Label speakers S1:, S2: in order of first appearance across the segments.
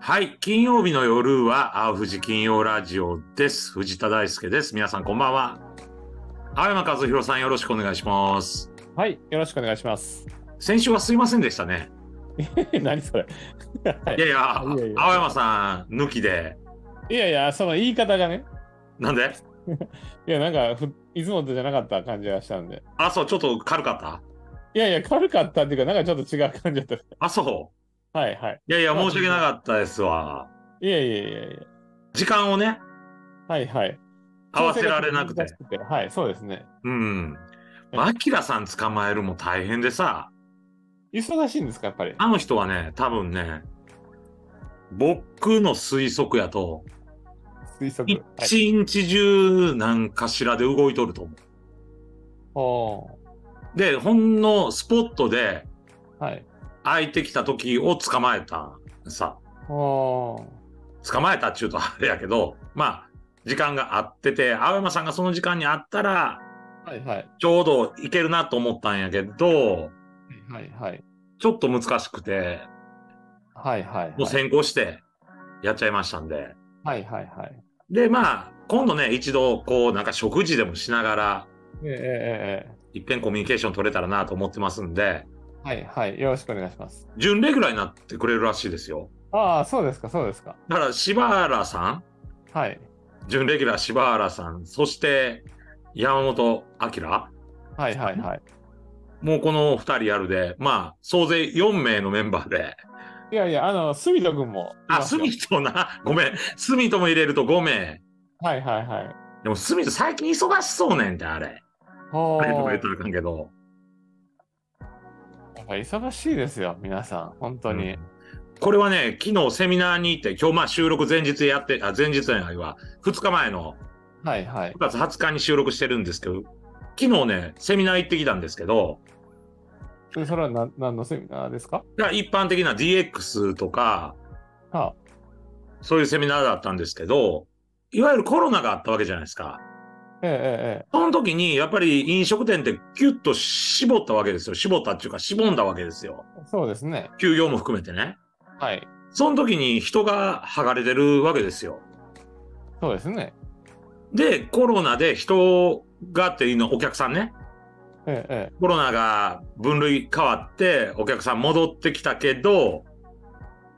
S1: はい。金曜日の夜は、青富士金曜ラジオです。藤田大輔です。皆さん、こんばんは。青山和弘さん、よろしくお願いします。
S2: はい。よろしくお願いします。
S1: 先週はすいませんでしたね。
S2: 何それ。
S1: いやいや、青山さん抜きで。
S2: いやいや、その言い方がね。
S1: なんで
S2: いや、なんかふ、いつもとじゃなかった感じがしたんで。
S1: あ、そう、ちょっと軽かった
S2: いやいや、軽かったっていうか、なんかちょっと違う感じだった。。
S1: あ、そう
S2: はいはい。
S1: いやいや、申し訳なかったですわ。
S2: いやいやいやいや。
S1: 時間をね。
S2: はいはい。
S1: 合わせられなくて。
S2: てはい、そうですね。
S1: うん。マキラさん捕まえるも大変でさ。
S2: 忙しいんですか、やっぱり。
S1: あの人はね、多分ね、僕の推測やと、
S2: 推測。
S1: 一日中何かしらで動いとると
S2: 思う。
S1: はい、で、ほんのスポットで、
S2: はい。
S1: 空いてきた時を捕まえた、さ。
S2: 捕
S1: まえたっちゅうとあれやけど、まあ、時間が合ってて、青山さんがその時間にあったら、
S2: はいはい。
S1: ちょうどいけるなと思ったんやけど、
S2: はいはい。
S1: ちょっと難しくて、
S2: はいはい、はい。
S1: もう先行して、やっちゃいましたんで。
S2: はいはいはい。
S1: で、まあ、今度ね、一度、こう、なんか食事でもしながら、
S2: ええええ。
S1: いっぺんコミュニケーション取れたらなと思ってますんで、
S2: はいはい。よろしくお願いします。
S1: 準レギュラーになってくれるらしいですよ。
S2: ああ、そうですか、そうですか。
S1: だから、柴原さん。
S2: はい。
S1: 準レギュラー柴原さん、そして、山本明。
S2: はいはいはい。
S1: もうこの2人やるで、まあ、総勢4名のメンバーで。
S2: いやいや、あの、住人君も。
S1: あ、住人な。 ごめん。住人も入れると5名。
S2: はいはいはい。
S1: でも、住人最近忙しそうねんって、あれ。
S2: ほ
S1: あれとか言ったらあかんけど。
S2: やっぱ忙しいですよ、皆さん。本当に。うん、
S1: これはね、昨日セミナーに行って、今日まあ収録前日やって、あ、前日じゃないわ。2日前の。
S2: はいはい。
S1: 9月20日に収録してるんですけど、昨日ね、セミナー行ってきたんですけど、
S2: それは何何のセミナーですか
S1: 一般的な DX とか、
S2: はあ、
S1: そういうセミナーだったんですけど、いわゆるコロナがあったわけじゃないですか。
S2: ええええ。
S1: その時に、やっぱり飲食店ってキュッと絞ったわけですよ。絞ったっていうか、しぼんだわけですよ。
S2: そうですね。
S1: 休業も含めてね。
S2: はい。
S1: その時に人が剥がれてるわけですよ。
S2: そうですね。
S1: で、コロナで人がっていうの、お客さんね。
S2: ええ、
S1: コロナが分類変わってお客さん戻ってきたけど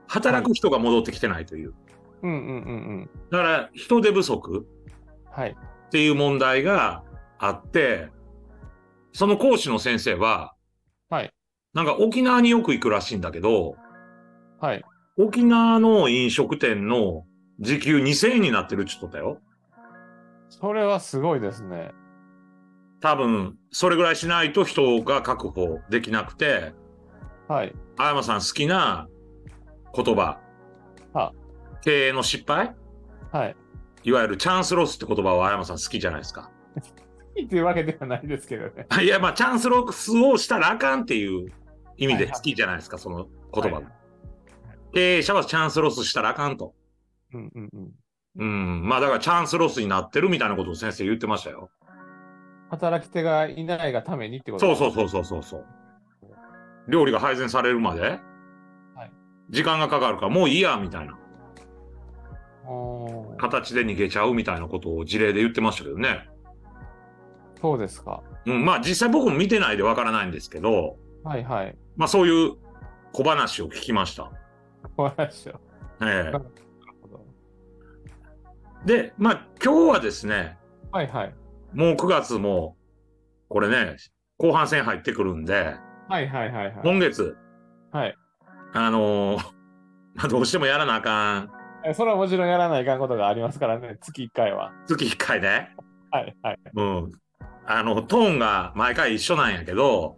S1: 働く人が戻ってきてないという,、
S2: うんうんうんうん、
S1: だから人手不足っていう問題があって、その講師の先生は、
S2: はい、
S1: なんか沖縄によく行くらしいんだけど、
S2: はい、
S1: 沖縄の飲食店の時給2000円になってるっちゅっとったよ。
S2: それはすごいですね。
S1: 多分、それぐらいしないと人が確保できなくて、
S2: はい。
S1: 青山さん好きな言葉。
S2: は
S1: 経営の失敗
S2: はい。
S1: いわゆるチャンスロスって言葉は青山さん好きじゃないですか。
S2: 好きっていうわけではないですけどね。
S1: いや、まあ、チャンスロスをしたらあかんっていう意味で好きじゃないですか、はいはい、その言葉、はいはい、経営者はチャンスロスしたらあかんと。
S2: うんうんうん。
S1: うん。まあ、だからチャンスロスになってるみたいなことを先生言ってましたよ。、
S2: 働き手がいないがためにってこと、
S1: ね、そうそうそうそうそう。料理が配膳されるまで、はい時間がかかるからもういいや、みたいな。形で逃げちゃうみたいなことを事例で言ってましたけどね。
S2: そうですか。
S1: うん、まあ実際僕も見てないでわからないんですけど、
S2: はいはい。
S1: まあそういう小話を聞きました。
S2: 小話を。
S1: ええ。で、まあ今日はですね、
S2: はいはい。
S1: もう9月も、これね、後半戦入ってくるんで、
S2: はいはいはい、はい。
S1: 今月、
S2: はい。
S1: あのー、 まあ、どうしてもやらなあかん。
S2: それはもちろんやらないかんことがありますからね、月1回は。
S1: 月1回ね。
S2: はいはい。
S1: うん。あの、トーンが毎回一緒なんやけど、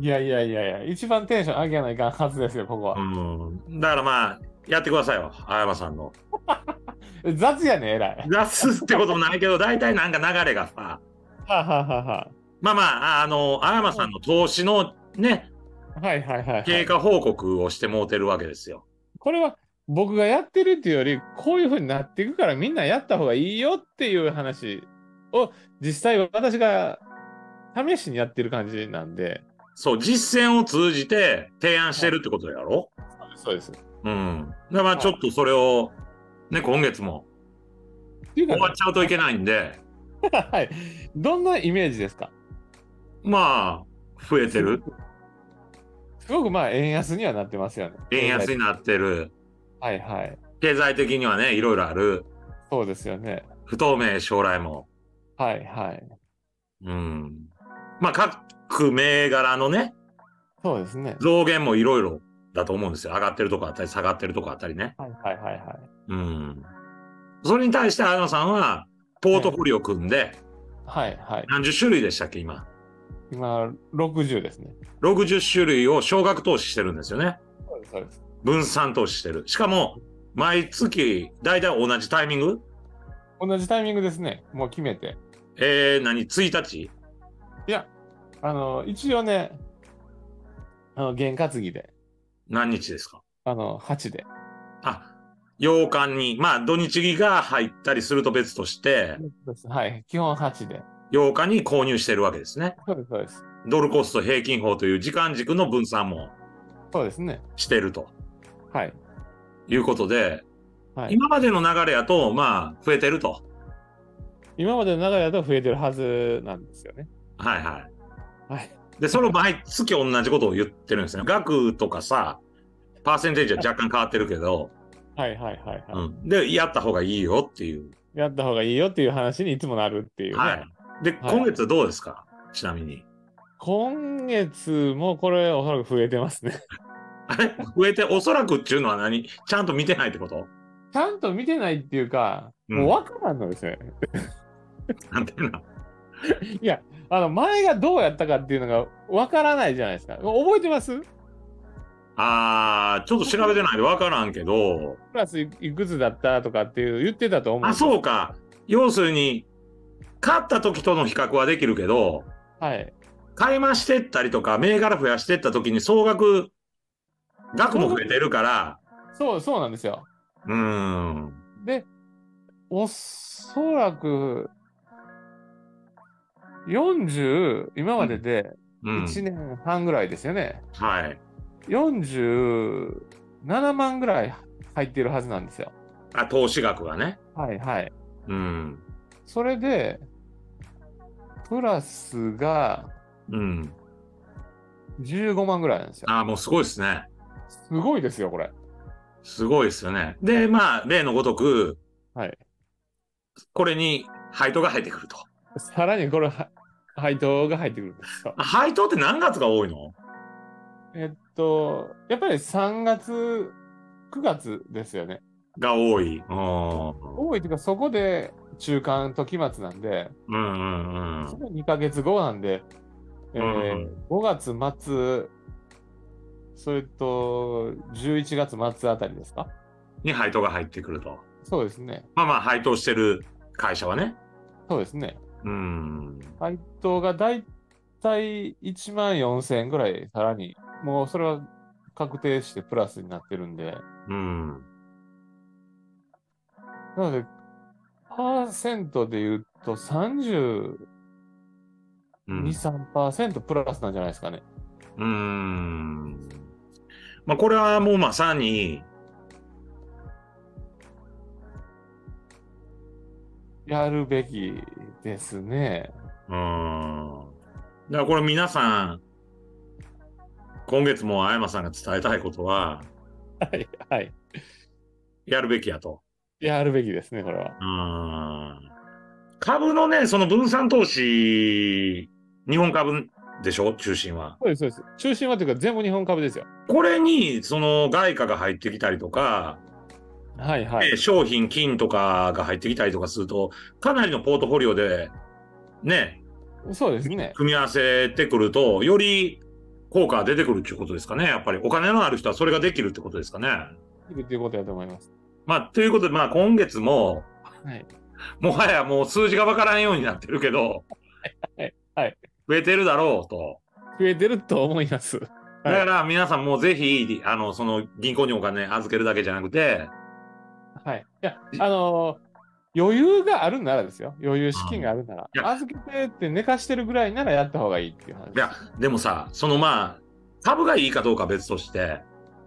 S2: いやいやいやいや、一番テンション上げないかんはずですよ、ここは。
S1: うん。だからまあ、やってくださいよ、青山さんの。
S2: 雑やねえらい。
S1: 雑ってこともない けど、大体なんか流れがさ。
S2: はあ、はははあ、
S1: まあまあ、あの、青山さんの投資のね、
S2: はいはいはい、はい、
S1: 経過報告をしてもうてるわけですよ。
S2: これは僕がやってるっていうより、こういうふうになっていくからみんなやった方がいいよっていう話を、実際私が試しにやってる感じなんで、
S1: そう、実践を通じて提案してるってことやろ、
S2: そうです。っ
S1: うん。だからまあちょっとそれを、ね、今月も
S2: ていうか
S1: 終わっちゃうといけないんで、
S2: はい。どんなイメージですか
S1: まあ、増えてる。
S2: すごくまあ円安にはなってますよね。
S1: 円安になってる。
S2: はいはい。
S1: 経済的にはね、いろいろある。
S2: そうですよね。
S1: 不透明、将来も。
S2: はいはい。
S1: うん。まあ、各銘柄のね、
S2: そうですね。
S1: 増減もいろいろだと思うんですよ。上がってるとこあったり、下がってるとこあったりね。
S2: はいはいはいはい。
S1: うん。それに対して、東さんは、ポートフォリオ組んで、
S2: はいはい。
S1: 何十種類でしたっけ、今。
S2: 今、60ですね。
S1: 60種類を少額投資してるんですよね。
S2: そうです、そうです。
S1: 分散投資してる。しかも、毎月、だいたい同じタイミング
S2: 同じタイミングですね。もう決めて。
S1: えー、何 ?1 日
S2: あの、一応ね、あの、験担ぎで、
S1: 何日ですか
S2: あの、8で。
S1: あ、8日に、まあ土日が入ったりすると別として、
S2: はい。基本8で。
S1: 8日に購入してるわけですね。
S2: そうです、そうです。
S1: ドルコスト平均法という時間軸の分散も
S2: そうですね。
S1: してると
S2: はい。
S1: いうことで、
S2: はい
S1: 今までの流れやと、まあ増えてると。
S2: 今までの流れだと増えてるはずなんですよね。
S1: はいはい。
S2: はい。
S1: で、それを毎月同じことを言ってるんですね。額とかさ、パーセンテージは若干変わってるけど、
S2: はいはいはいはい。
S1: うん、で、やった方がいいよっていう。
S2: やった方がいいよっていう話にいつもなるっていうね、
S1: はい。で、
S2: はい
S1: 今月はどうですかちなみに。
S2: 今月もこれおそらく増えてますね。
S1: あれ増えて、おそらくっていうのは何ちゃんと見てないってこと
S2: ちゃんと見てないっていうか、
S1: うん
S2: もうわからんのですね。
S1: なんていうの
S2: いや、あの前がどうやったかっていうのがわからないじゃないですか。覚えてます
S1: あー、ちょっと調べてないで分からんけど、
S2: プラスいいくつだったとかっていう言ってたと思う。
S1: あ、そうか。要するに、勝った時との比較はできるけど、
S2: はい。
S1: 買い増してったりとか、銘柄増やしてった時に総額、額も増えてるから、
S2: そう、そうなんですよ。
S1: うーん。
S2: で、おそらく、40、今までで
S1: うん。
S2: 1年半ぐらいですよね。
S1: はい。
S2: 47万ぐらい入ってるはずなんですよ。
S1: あ、投資額がね。
S2: はいはい。
S1: うん。
S2: それで、プラスが
S1: うん。
S2: 15万ぐらいなんですよ。
S1: あー、もうすごいですね。
S2: すごいですよ、これ。
S1: すごいですよね。で、まあ、例のごとく、
S2: はい。
S1: これに配当が入ってくると。
S2: さらにこれ、は配当が入ってくるんですよ。
S1: あ配当って何月が多いの
S2: えっと、やっぱり3月、9月ですよね。
S1: が多い。うん。
S2: 多いというか、そこで中間と期末なんで、
S1: うんうん
S2: それ2ヶ月後なんで、え
S1: うん。
S2: ー5月末、それと11月末あたりですか
S1: に配当が入ってくると。
S2: そうですね。
S1: まあまあ、配当してる会社はね。
S2: そうですね。
S1: うん。
S2: 配当がだいたい1万4000円ぐらいさらに、もうそれは確定してプラスになってるんで、
S1: うん。
S2: なので、パーセントで言うと32、
S1: うん。
S2: 3%プラスなんじゃないですかね。
S1: うん。まあ、これはもうまさに、
S2: やるべきですね。
S1: うん。だからこれ皆さん、今月もあやまさんが伝えたいことは、
S2: はい、はい。
S1: やるべきやと。
S2: やるべきですね、これは。
S1: うん株のね、その分散投資、日本株でしょ中心は。
S2: そうです、そうです。中心はというか全部日本株ですよ。
S1: これに、その外貨が入ってきたりとか、
S2: はい、はい
S1: ね。商品、金とかが入ってきたりとかすると、かなりのポートフォリオで、ね、
S2: そうですね。
S1: 組み合わせてくると、より効果が出てくるっていうことですかね。やっぱりお金のある人はそれができるってことですかね。
S2: いるということだと思います。
S1: まあ、ということで、まあ今月も、
S2: はい。
S1: もはやもう数字がわからんようになってるけど、
S2: はいはい
S1: 増えてるだろうと。
S2: 増えてると思います。
S1: だから皆さんもぜひ、あの、その銀行にお金預けるだけじゃなくて、
S2: はい。いや、あの余裕があるならですよ。余裕資金があるなら。
S1: いや
S2: 預けてって寝かしてるぐらいならやった方がいいっていう話。
S1: いや、でもさ、そのまあ、株がいいかどうかは別として、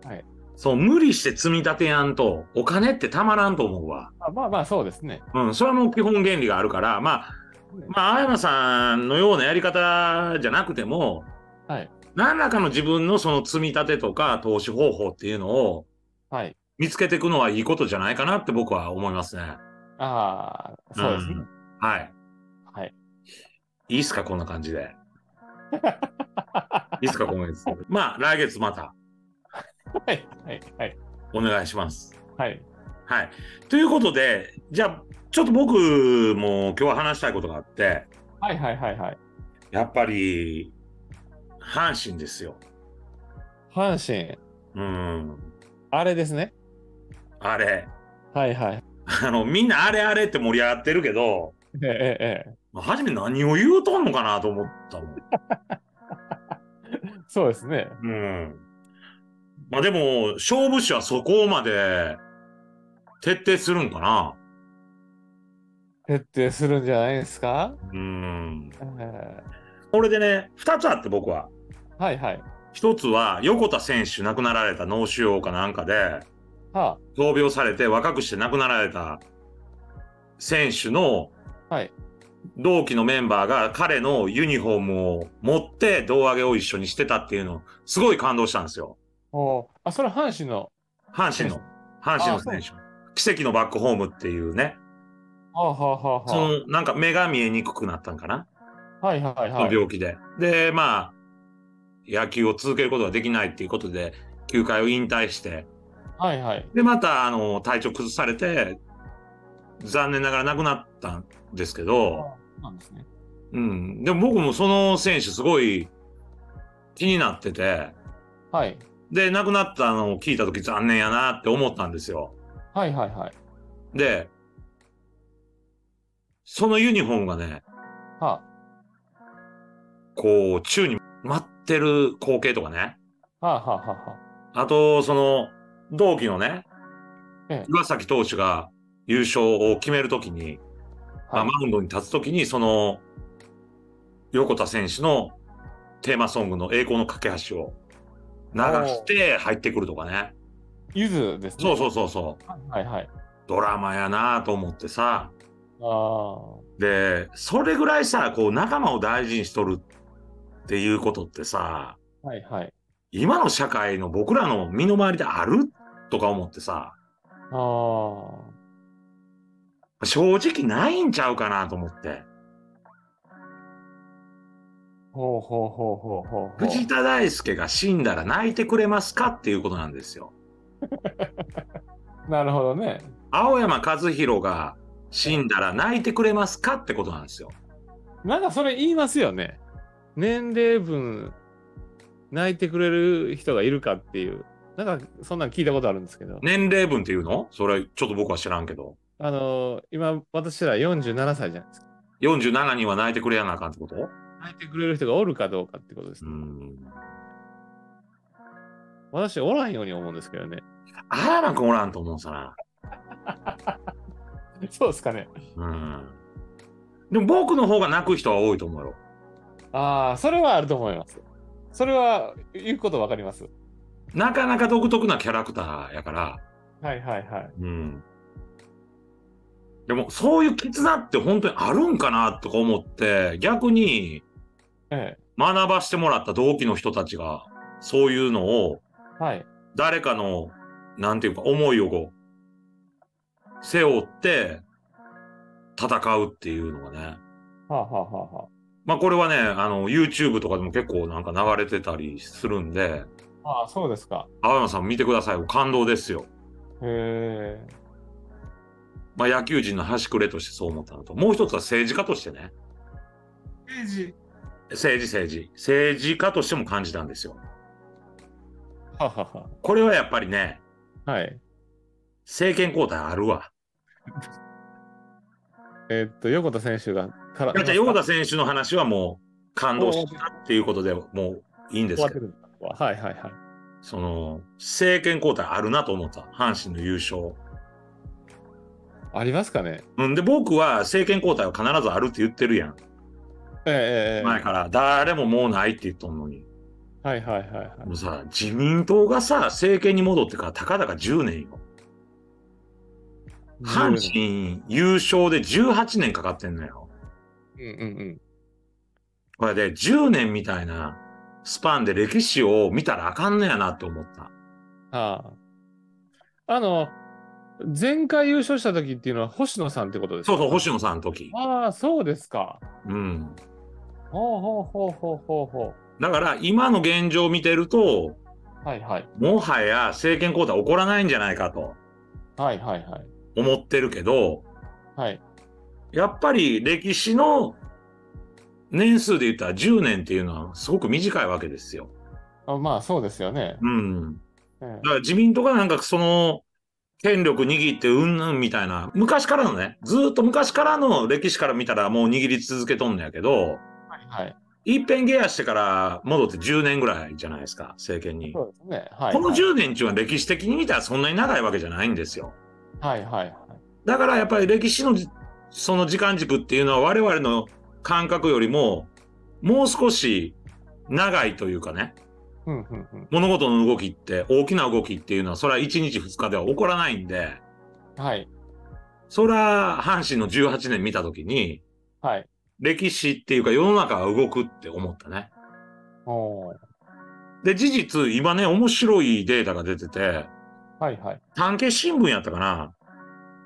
S2: はい
S1: そう、無理して積み立てやんと、お金ってたまらんと思うわ。
S2: まあまあまあそうですね。
S1: うん、それはもう基本原理があるから、まあ、まあ、青山さんのようなやり方じゃなくても、
S2: はい
S1: 何らかの自分のその積み立てとか投資方法っていうのを
S2: はい。
S1: 見つけていくのはいいことじゃないかなって僕は思いますね。
S2: ああ、そうですね。
S1: んはい。
S2: はい。
S1: いいっすか、こんな感じで。いいっすか、このや つ。まあ、来月また
S2: はい。はい。はい。
S1: お願いします。
S2: はい。
S1: はい。ということで、じゃあ、ちょっと僕も今日は話したいことがあって、
S2: はい。はい。はい。はい。
S1: やっぱり、阪神ですよ。
S2: 阪神、
S1: うん。
S2: あれですね。
S1: あれ。
S2: はい。はい。
S1: あの、みんなあれあれって盛り上がってるけど、
S2: ええええ
S1: 初め何を言うとんのかなと思ったもん。
S2: ええ。そうですね。
S1: うん。まあでも、勝負師はそこまで徹底するんかな。
S2: 徹底するんじゃないですか、
S1: うん。
S2: ええ
S1: これでね、二つあって僕は。
S2: はい。はい。
S1: 一つは、横田選手亡くなられた脳腫瘍かなんかで、
S2: は
S1: 闘病されて若くして亡くなられた選手の
S2: はい
S1: 同期のメンバーが彼のユニフォームを持って胴上げを一緒にしてたっていうのすごい感動したんですよ。
S2: あ。おお。あ、それは阪神の。
S1: 阪 神の、阪神の選手。奇跡のバックホームっていうね、
S2: はあ、はあはあ
S1: そ
S2: は
S1: のなんか目が見えにくくなったんかな、
S2: あ。はい。はい。
S1: その
S2: はい。
S1: 病気で。で、まあ、野球を続けることができないっていうことで、球界を引退して、
S2: はい。はい。
S1: で、また、あの、体調崩されて、残念ながら亡くなったんですけど、
S2: そうなんですね。
S1: うん。でも僕もその選手すごい気になってて、
S2: はい。
S1: で、亡くなったのを聞いたとき残念やなって思ったんですよ。
S2: はい。はい。はい。
S1: で、そのユニフォームがね、
S2: は
S1: こう、宙に舞ってる光景とかね、
S2: あ。はあ。はあ。はあ。は
S1: あと、その、同期のね
S2: ええ、
S1: 岩崎投手が優勝を決めるときに、
S2: あ。
S1: まあ、マウンドに立つときに、その、横田選手のテーマソングの栄光の架け橋を流して入ってくるとかね。
S2: ゆずですね。
S1: そうそうそうそう。
S2: はいはい。
S1: ドラマやなと思ってさ。
S2: あ
S1: で、それぐらいさ、こう仲間を大事にしとるっていうことってさ、
S2: あ、はいはい。
S1: 今の社会の僕らの身の回りであるとか思ってさ、
S2: ああ、
S1: 正直ないんちゃうかなと思って。
S2: ほうほうほうほうほうほう。
S1: 藤田大輔が死んだら泣いてくれますかっていうことなんですよ。
S2: なるほどね。
S1: 青山和弘が死んだら泣いてくれますかってことなんですよ。
S2: なんかそれ言いますよね。年齢分、泣いてくれる人がいるかっていう。なんかそんなん聞いたことあるんですけど、
S1: 年齢分っていうのそれちょっと僕は知らんけど。
S2: あのー今私ら47歳じゃないですか。
S1: 47人は泣いてくれやなあかんってことう
S2: 泣いてくれる人がおるかどうかってことです。
S1: ーん。
S2: 私おらんように思うんですけどね。
S1: 青山くんおらんと思うさな。
S2: そうですかね。
S1: うん。でも僕の方が泣く人は多いと思うよ。
S2: ああ、それはあると思います。それは言うことわかります。
S1: なかなか独特なキャラクターやから。
S2: はいはいはい。
S1: うん。でもそういう絆って本当にあるんかなとか思って、逆に
S2: え
S1: 学ばしてもらった同期の人たちが、そういうのを
S2: え。はい。
S1: 誰かの、なんていうか、思いをこう、背負って、戦うっていうのがね。
S2: はあ、はあはあはあ。
S1: まあこれはね、あの、YouTube とかでも結構なんか流れてたりするんで、
S2: ああ、そうですか。
S1: 青山さん見てください。感動ですよ。
S2: へえ。
S1: まあ野球人の端くれとしてそう思ったのと、もう一つは政治家としてね。
S2: 政治。
S1: 政治政治。政治家としても感じたんですよ。
S2: ははは。
S1: これはやっぱりね、
S2: はい。
S1: 政権交代あるわ。
S2: えーっと、横田選手がから。
S1: じゃあ、横田選手の話はもう感動したっていうことでもういいんです
S2: 終わ
S1: け
S2: って
S1: ど、
S2: るんだはいはいはい。
S1: その、政権交代あるなと思った。阪神の優勝。
S2: あありますかね
S1: うん、で、僕は政権交代は必ずあるって言ってるやん。
S2: ええええ
S1: 前から。誰ももうないって言っとんのに。
S2: はいはいはいはい。
S1: もうさ、自民党がさ、政権に戻ってからたかだか10年よ。阪神優勝で18年かかってんのよ。
S2: うんうんうん。
S1: これで10年みたいなスパンで歴史を見たらあかんのやなって思った。
S2: ああ。あの、前回優勝した時っていうのは星野さんってことです
S1: そう
S2: か
S1: そう、星野さんの時。
S2: ああ、そうですか。
S1: うん。
S2: ほうほうほうほうほうほ
S1: だから今の現状を見てると、
S2: う。はいはい。
S1: もはや政権交代起こらないんじゃないかと
S2: はいはいはい。
S1: 思ってるけど、
S2: はい。
S1: やっぱり歴史の年数で言ったら10年っていうのはすごく短いわけですよ。
S2: あまあそうですよね。
S1: うん。
S2: ええ
S1: だから自民党がなんかその権力握ってうんぬんみたいな、昔からのね、ずーっと昔からの歴史から見たらもう握り続けとんのやけど、
S2: はい。
S1: いっぺんゲアしてから戻って10年ぐらいじゃないですか、政権に。
S2: そうですね。はい。
S1: この10年中は歴史的に見たらそんなに長いわけじゃないんですよ。
S2: はいはいはい。
S1: だからやっぱり歴史のじその時間軸っていうのは我々の感覚よりももう少し長いというかね、
S2: うんうんうん。
S1: 物事の動きって大きな動きっていうのはそれは1日2日では起こらないんで、
S2: はい。
S1: それは阪神の18年見た時に
S2: はい。
S1: 歴史っていうか世の中が動くって思ったね。
S2: おー
S1: で、事実今ね面白いデータが出てて、
S2: はいはい。
S1: 産経新聞やったかな
S2: は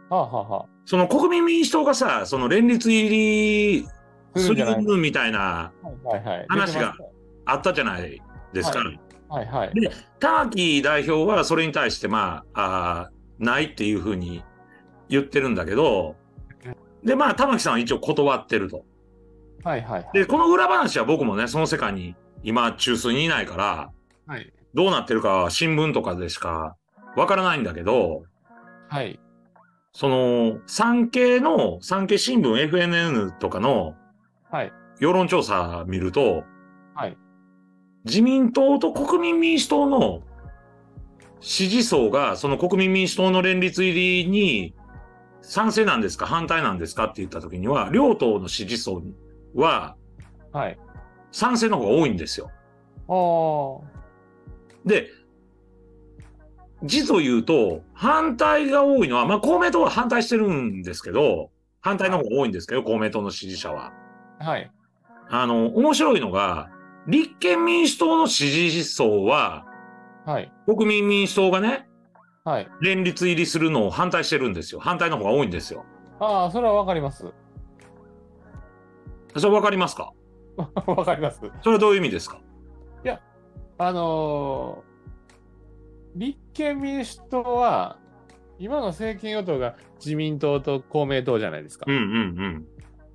S2: あ、はあは
S1: その国民民主党がさ、その連立入り
S2: あ、
S1: す
S2: じ
S1: る
S2: ゃない
S1: みたいな
S2: はいはいはい。
S1: 話が
S2: 出てますね
S1: あったじゃないですか。
S2: ははいはい。
S1: で、ターキー代表はそれに対して、まあ、あーないっていうふうに言ってるんだけど、で、まあ、玉木さんは一応断ってると。
S2: はいはいはい。
S1: で、この裏話は僕もね、その世界に今、中枢にいないから、
S2: はい。
S1: どうなってるかは新聞とかでしかわからないんだけど、
S2: はい。
S1: その、産経の、産経新聞 FNN とかの
S2: はい。
S1: 世論調査見ると、
S2: はい。
S1: 自民党と国民民主党の支持層が、その国民民主党の連立入りに賛成なんですか、反対なんですかって言ったときには、両党の支持層は
S2: はい。
S1: 賛成の方が多いんですよ。
S2: あー
S1: で、実を言うと、反対が多いのは、まあ公明党は反対してるんですけど、反対の方が多いんですけど、公明党の支持者は。
S2: はい。
S1: あの、面白いのが、立憲民主党の支持層は、
S2: はい。
S1: 国民民主党がね、
S2: はい。
S1: 連立入りするのを反対してるんですよ。反対の方が多いんですよ。
S2: ああ、それはわかります。
S1: それ分かりますか
S2: わかります。
S1: それはどういう意味ですか
S2: あのー立憲民主党は、今の政権与党が自民党と公明党じゃないですか。
S1: うんうんうん。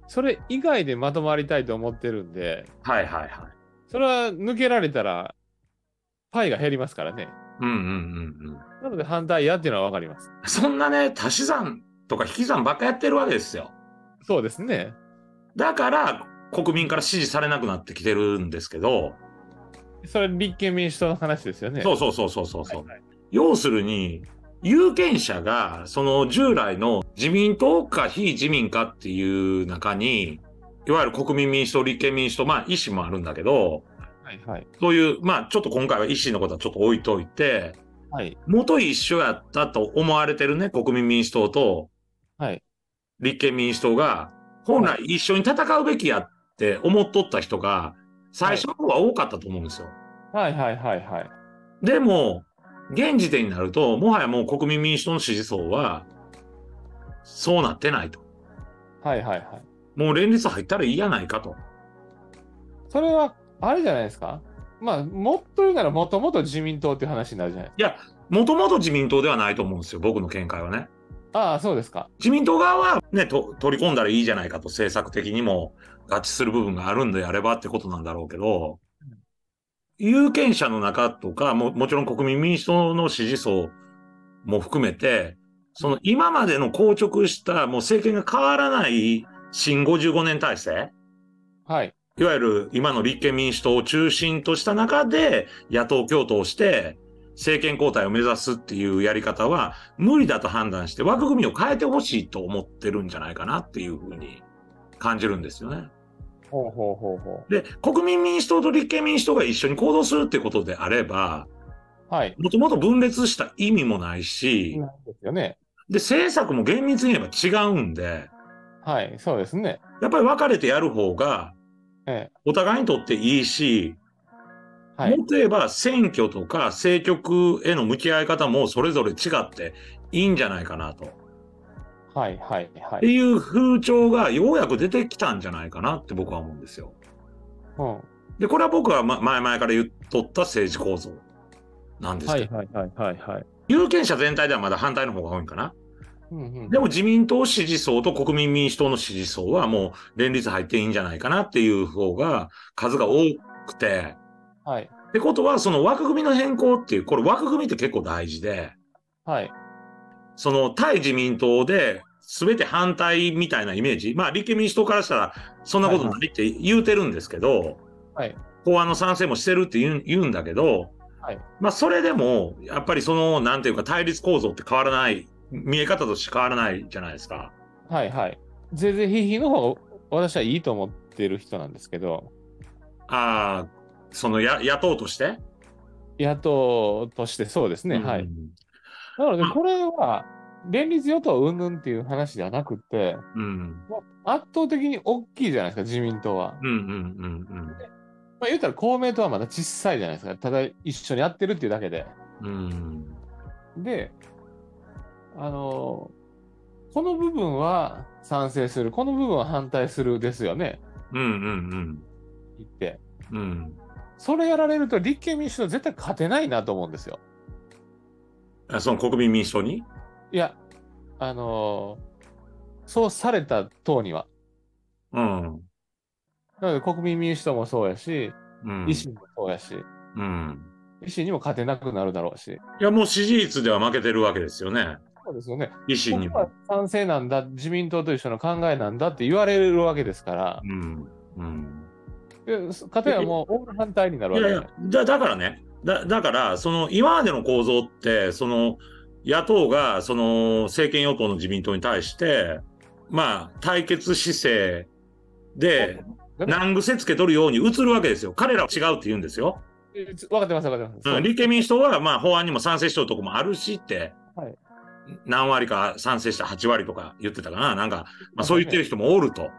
S2: それ以外でまとまりたいと思ってるんで、
S1: はいはいはい。
S2: それは抜けられたら、パイが減りますからね。
S1: うんうんうんうん。
S2: なので反対やっていうのはわかります。
S1: そんなね、足し算とか引き算ばっかやってるわけですよ。
S2: そうですね。
S1: だから、国民から支持されなくなってきてるんですけど、
S2: それ立憲民主党の話ですよね。
S1: そうそうそうそうそうそう、
S2: はいはい
S1: 要するに、有権者が、その従来の自民党か非自民かっていう中に、いわゆる国民民主党、立憲民主党、まあ、維新もあるんだけど、
S2: はいはい。
S1: そういう、まあ、ちょっと今回は維新のことはちょっと置いといて、
S2: はい。
S1: 元一緒やったと思われてるね、国民民主党と
S2: はい。
S1: 立憲民主党が、本来一緒に戦うべきやって思っとった人が、最初の方は多かったと思うんですよ。
S2: はいはいはいはい。
S1: でも、現時点になると、もはやもう国民民主党の支持層は、そうなってないと。
S2: はいはいはい。
S1: もう連立入ったらいいやないかと。
S2: それは、あれじゃないですか。まあ、もっと言うなら、もともと自民党っていう話になるじゃないです
S1: もともと自民党ではないと思うんですよ、僕の見解はね。
S2: か。ああ、そうですか。
S1: 自民党側はね、と取り込んだらいいじゃないかと政策的にも合致する部分があるんであればってことなんだろうけど、有権者の中とかも、もちろん国民民主党の支持層も含めて、その今までの硬直したもう政権が変わらない新55年体制、
S2: はい。
S1: いわゆる今の立憲民主党を中心とした中で野党共闘して、政権交代を目指すっていうやり方は無理だと判断して枠組みを変えてほしいと思ってるんじゃないかなっていうふうに感じるんですよね。
S2: ほうほうほうほ
S1: で、国民民主党と立憲民主党が一緒に行動するってことであれば、
S2: う。はい。
S1: もともと分裂した意味もないし、
S2: なんですよね。
S1: で、政策も厳密に言えば違うんで、
S2: はい、そうですね。
S1: やっぱり分かれてやる方が
S2: ええ、
S1: お互いにとっていいし、
S2: はい
S1: もっ。と言えば選挙とか政局への向き合い方もそれぞれ違っていいんじゃないかなと。
S2: はい、はい、は
S1: って
S2: い。
S1: いう風潮がようやく出てきたんじゃないかなって僕は思うんですよ。
S2: うん。
S1: で、これは僕はま前々から言っとった政治構造なんです
S2: は
S1: けど、
S2: い、はい、はい、はい、はい。
S1: 有権者全体ではまだ反対の方が多いんかな。
S2: うんうん
S1: でも自民党支持層と国民民主党の支持層はもう連立入っていいんじゃないかなっていう方が数が多くて、
S2: はい、
S1: ってことはその枠組みの変更っていう、これ枠組みって結構大事で、
S2: はい、
S1: その対自民党で全て反対みたいなイメージ、まあ立憲民主党からしたらそんなことないって言うてるんですけど、
S2: はい
S1: 法案の賛成もしてるって言う言うんだけど、
S2: はい
S1: まあそれでもやっぱりそのなんていうか対立構造って変わらない、見え方として変わらないじゃないですか。
S2: はい、はい。ぜいぜいひいひいの方が私はいいと思ってる人なんですけど、
S1: ああ、そのや野党として。
S2: 野党としてそうですね。は
S1: う
S2: い。
S1: ん
S2: なので、これは、連立与党云々っていう話ではなくて、
S1: うん。
S2: 圧倒的に大きいじゃないですか、自民党は。
S1: うんうんうん
S2: まあ、言うたら公明党はまだ小さいじゃないですか。ただ一緒にやってるっていうだけで。
S1: うん。うん。
S2: で、あのこの部分は賛成する、この部分は反対するですよね、
S1: うんうん
S2: 言って。
S1: うん。うん。
S2: それやられると立憲民主党絶対勝てないなと思うんですよ。
S1: あその国民民主党に
S2: いや、あのそうされた党には。
S1: うん。
S2: なので国民民主党もそうやし、
S1: うん。
S2: 維新もそうやし、
S1: うん。
S2: 維新にも勝てなくなるだろうし。
S1: いや、もう支持率では負けてるわけですよね。
S2: そうですよね。
S1: 維新に
S2: 僕は
S1: も。
S2: 賛成なんだ、自民党と一緒の考えなんだって言われるわけですから、
S1: うん。うん。
S2: でかたやもうオール反対になる
S1: い
S2: わけ
S1: やい
S2: じゃ
S1: や
S2: ない、
S1: だだからね、だだから、その今までの構造って、その野党がその政権与党の自民党に対して、まあ、対決姿勢で難癖つけ取るように映るわけですよ。彼らは違うって言うんですよ。
S2: 分かってます、分かってます。
S1: うん、立憲民主党は、まあ、法案にも賛成してるとこもあるしって、
S2: はい
S1: 何割か賛成して8割とか言ってたかな、なんか、まあ、そう言ってる人もおると。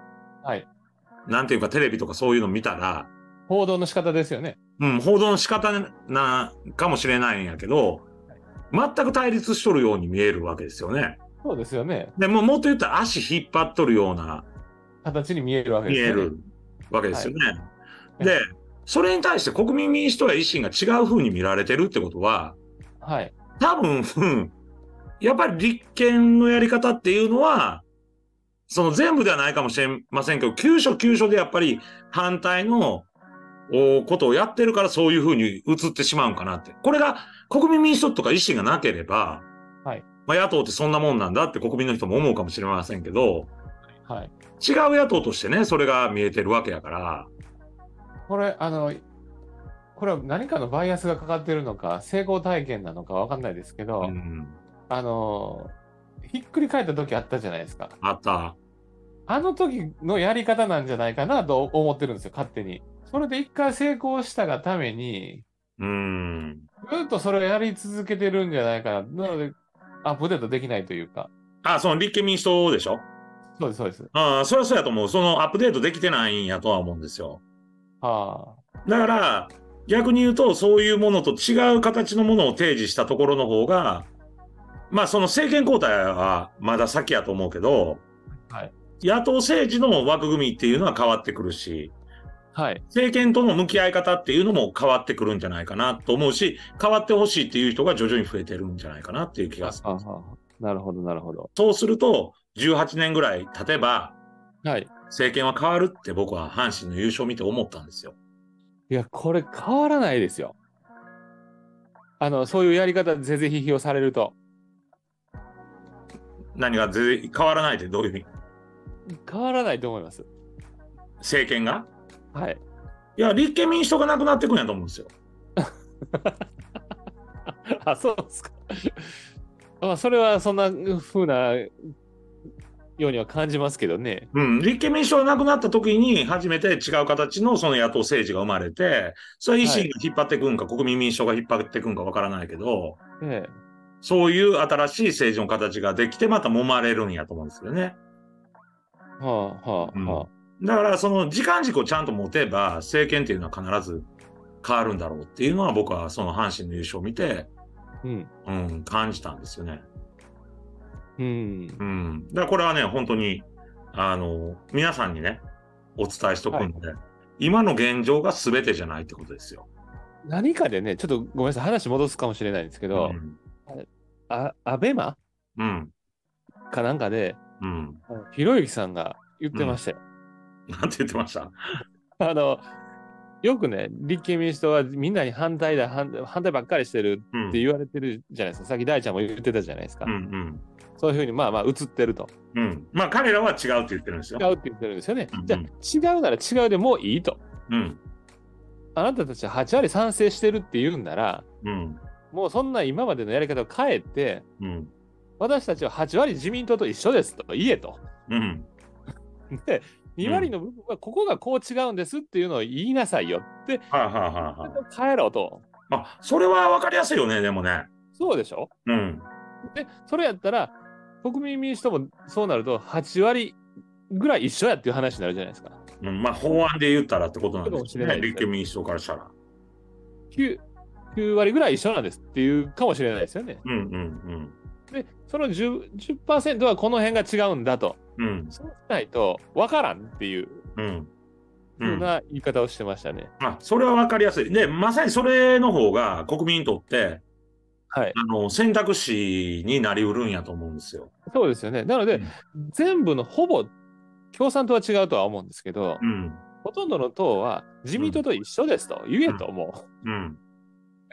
S2: はい。
S1: なんていうか、テレビとかそういうの見たら、
S2: 報道の仕方ですよね。
S1: うん、報道の仕方な、かもしれないんやけど、全く対立しとるように見えるわけですよね。
S2: そうですよね。
S1: でもう、もっと言ったら足引っ張っとるような、
S2: 形に見えるわけ
S1: 見
S2: です
S1: え
S2: よね。
S1: るわけですよね。
S2: い
S1: で、それに対して国民民主党や維新が違う風に見られてるってことは、
S2: はい。
S1: 多分、うんやっぱり立憲のやり方っていうのは、その全部ではないかもしれませんけど、急所急所でやっぱり反対のおことをやってるからそういうふうに映ってしまうんかなって。これが国民民主党とか維新がなければ、
S2: はい
S1: まあ、野党ってそんなもんなんだって国民の人も思うかもしれませんけど、
S2: はい。
S1: 違う野党としてね、それが見えてるわけやから、
S2: これ、あの、これは何かのバイアスがかかってるのか、成功体験なのか分かんないですけど、
S1: うん、
S2: あの、ひっくり返った時あったじゃないですか。
S1: あった。
S2: あの時のやり方なんじゃないかなと思ってるんですよ、勝手に。それで一回成功したがために、
S1: うん。
S2: ずっとそれをやり続けてるんじゃないかな。なので、アップデートできないというか。
S1: あ、その立憲民主党でしょ
S2: そうです、そうです。
S1: ああ、そりゃそうやと思う。そのアップデートできてないんやとは思うんですよ。
S2: は
S1: だから、逆に言うと、そういうものと違う形のものを提示したところの方が、まあ、その政権交代はまだ先やと思うけど、
S2: はい
S1: 野党政治の枠組みっていうのは変わってくるし、
S2: あ。はい。
S1: 政権との向き合い方っていうのも変わってくるんじゃないかなと思うし、変わってほしいっていう人が徐々に増えてるんじゃないかなっていう気がする。
S2: ああなるほど、なるほど。
S1: そうすると、18年ぐらい経てば、
S2: はい。
S1: 政権は変わるって僕は阪神の優勝を見て思ったんですよ。
S2: いや、これ変わらないですよ。あの、そういうやり方、ぜぜひ批評されると。
S1: 何が全然変わらないってどういう意味
S2: 変わらないと思います。
S1: 政権が
S2: はい。
S1: いや、立憲民主党がなくなってくんやと思うんですよ。
S2: あ、そうですか。あそれはそんなふうなようには感じますけどね。
S1: うん、立憲民主党がなくなった時に、初めて違う形のその野党政治が生まれて、それは維新が引っ張っていくんか、国民民主党が引っ張っていくんかわからないけど、
S2: ええ
S1: そういう新しい政治の形ができて、また揉まれるんやと思うんですよね。
S2: はあはあは
S1: だから、その時間軸をちゃんと持てば、政権っていうのは必ず変わるんだろうっていうのは、僕はその阪神の優勝を見て、
S2: あ。うん。
S1: うん、感じたんですよね。
S2: うん。
S1: うん。だからこれはね、本当に、あの、皆さんにね、お伝えしとくんで、今の現状が全てじゃないってことですよ。
S2: 何かでね、ちょっとごめんなさい、話戻すかもしれないんですけど、
S1: うん。
S2: あアベマ
S1: うん。
S2: かなんかで、
S1: うん。
S2: ひろゆきさんが言ってましたよ。
S1: なんて言ってました
S2: あの、よくね、立憲民主党はみんなに反対だ、反反対ばっかりしてる
S1: うん。
S2: って言われてるじゃないですか。さっき大ちゃんも言ってたじゃないですか。
S1: うんうん。
S2: そういうふうに、まあまあ、映ってると。
S1: うん。まあ、彼らは違うって言ってるんですよ
S2: 違。うって言ってるんですよね
S1: うんうん。
S2: じゃあ、違うなら違うでもういいと。
S1: うん。
S2: あなたたちは8割賛成してるって言うんなら、
S1: うん。
S2: もうそんな今までのやり方を変えて、
S1: うん。
S2: 私たちは8割自民党と一緒ですと言えと。
S1: うん。
S2: で、2割の部分はここがこう違うんですっていうのを言いなさいよって、
S1: はいはいはいはい。
S2: 帰ろうと。
S1: あ、それは分かりやすいよね、でもね。
S2: そうでしょ
S1: うん。
S2: で、それやったら、国民民主党もそうなると、8割ぐらい一緒やっていう話になるじゃないですか。
S1: うん、まあ、法案で言ったらってことなんですよ
S2: かもしれな
S1: ね。
S2: いですね
S1: 立憲民主党からしたら。
S2: 9, 9割ぐらい一緒なんですっていうかもしれないですよね。
S1: うんうん
S2: で、その 10%, 10%はこの辺が違うんだと。
S1: うん。うん。
S2: そうしないと分からんっていう
S1: うん。う。
S2: ふうんな言い方をしてましたね。
S1: あ、それは分かりやすい。で、まさにそれの方が国民にとって、
S2: はい。
S1: あの、選択肢になりうるんやと思うんですよ。
S2: そうですよね。なので、全部のほぼ共産党は違うとは思うんですけど、
S1: うん。
S2: ほとんどの党は自民党と一緒ですと言えと思う。
S1: うん。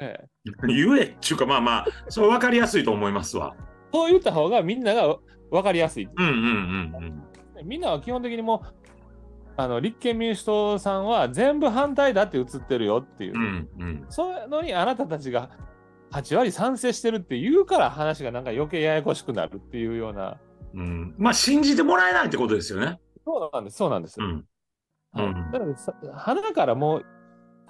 S2: ええ
S1: 言えっちゅうか、まあまあ、そう分かりやすいと思いますわ。
S2: そう言った方がみんなが分かりやすい。
S1: うんうんうんうん。
S2: みんなは基本的にもうあの立憲民主党さんは全部反対だって映ってるよっていう。
S1: うんうん。
S2: そういうのにあなたたちが8割賛成してるって言うから話がなんか余計ややこしくなるっていうような。
S1: うん、まあ、信じてもらえないってことですよね。
S2: そうなんです、そうなんです。
S1: うん。
S2: は
S1: う
S2: い
S1: ん
S2: だからさ、花からもう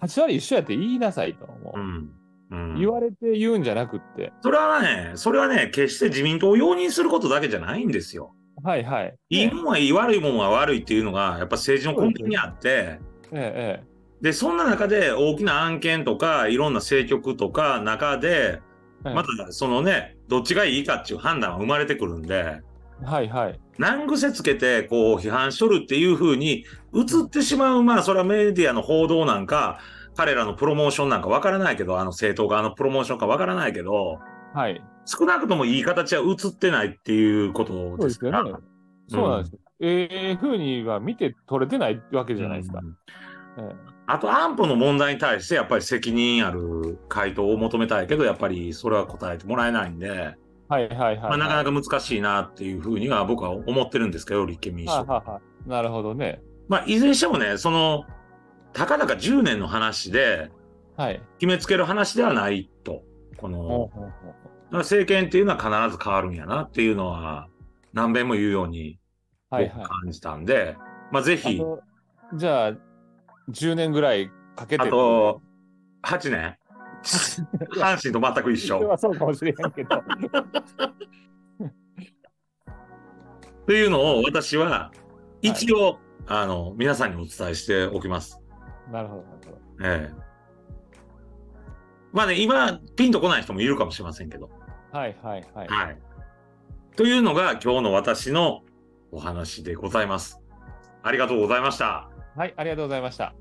S2: 8割一緒やって言いなさいと思う。
S1: うん。うん、
S2: 言われて言うんじゃなくって。
S1: それはね、それはね、決して自民党を容認することだけじゃないんですよ。
S2: はいはい。
S1: いい
S2: え
S1: もんはいい、悪いもんは悪いっていうのが、やっぱ政治の根本にあって、
S2: ええ
S1: で、そんな中で大きな案件とか、いろんな政局とか中で、
S2: ええ
S1: またそのね、どっちがいいかっていう判断は生まれてくるんで、
S2: はいはい。
S1: 難癖つけて、こう、批判しとるっていう風に映ってしまう、まあ、それはメディアの報道なんか、彼らのプロモーションなんかわからないけど、あの政党側のプロモーションかわからないけど、
S2: はい。
S1: 少なくともいい形は映ってないっていうこと
S2: そう
S1: で
S2: ですす
S1: か
S2: よ
S1: ら。
S2: ね。そうなんですよ。ええふうには見て取れてないわけじゃないですか
S1: う。ん
S2: え
S1: あと安保の問題に対してやっぱり責任ある回答を求めたいけどやっぱりそれは答えてもらえないんで、
S2: はいはいはいはい。
S1: まあ、なかなか難しいなっていうふうには僕は思ってるんですけど立憲民主党、
S2: はいはいはい。なるほどね。
S1: まあ、いずれにしてもねそのたかだか10年の話で
S2: はい。
S1: 決めつける話ではないとこ
S2: ほう
S1: の
S2: ほうほう
S1: だから政権っていうのは必ず変わるんやなっていうのは何べんも言うように
S2: はい
S1: 僕
S2: はい
S1: 感。じたんで、まあ、ぜ
S2: あ
S1: ひ
S2: とじゃあ、10年ぐらいかけて。
S1: あと、8年 阪神と全く一
S2: それ
S1: 緒。
S2: はそうかもしれへんけど。
S1: というのを私は一応、あの皆さんにお伝えしておきます。
S2: なるほど、なるほど。
S1: ええまあね今ピンとこない人もいるかもしれませんけど。
S2: はいはいはい。
S1: はい、というのが今日の私のお話でございます。ありがとうございました。
S2: はい、ありがとうございました。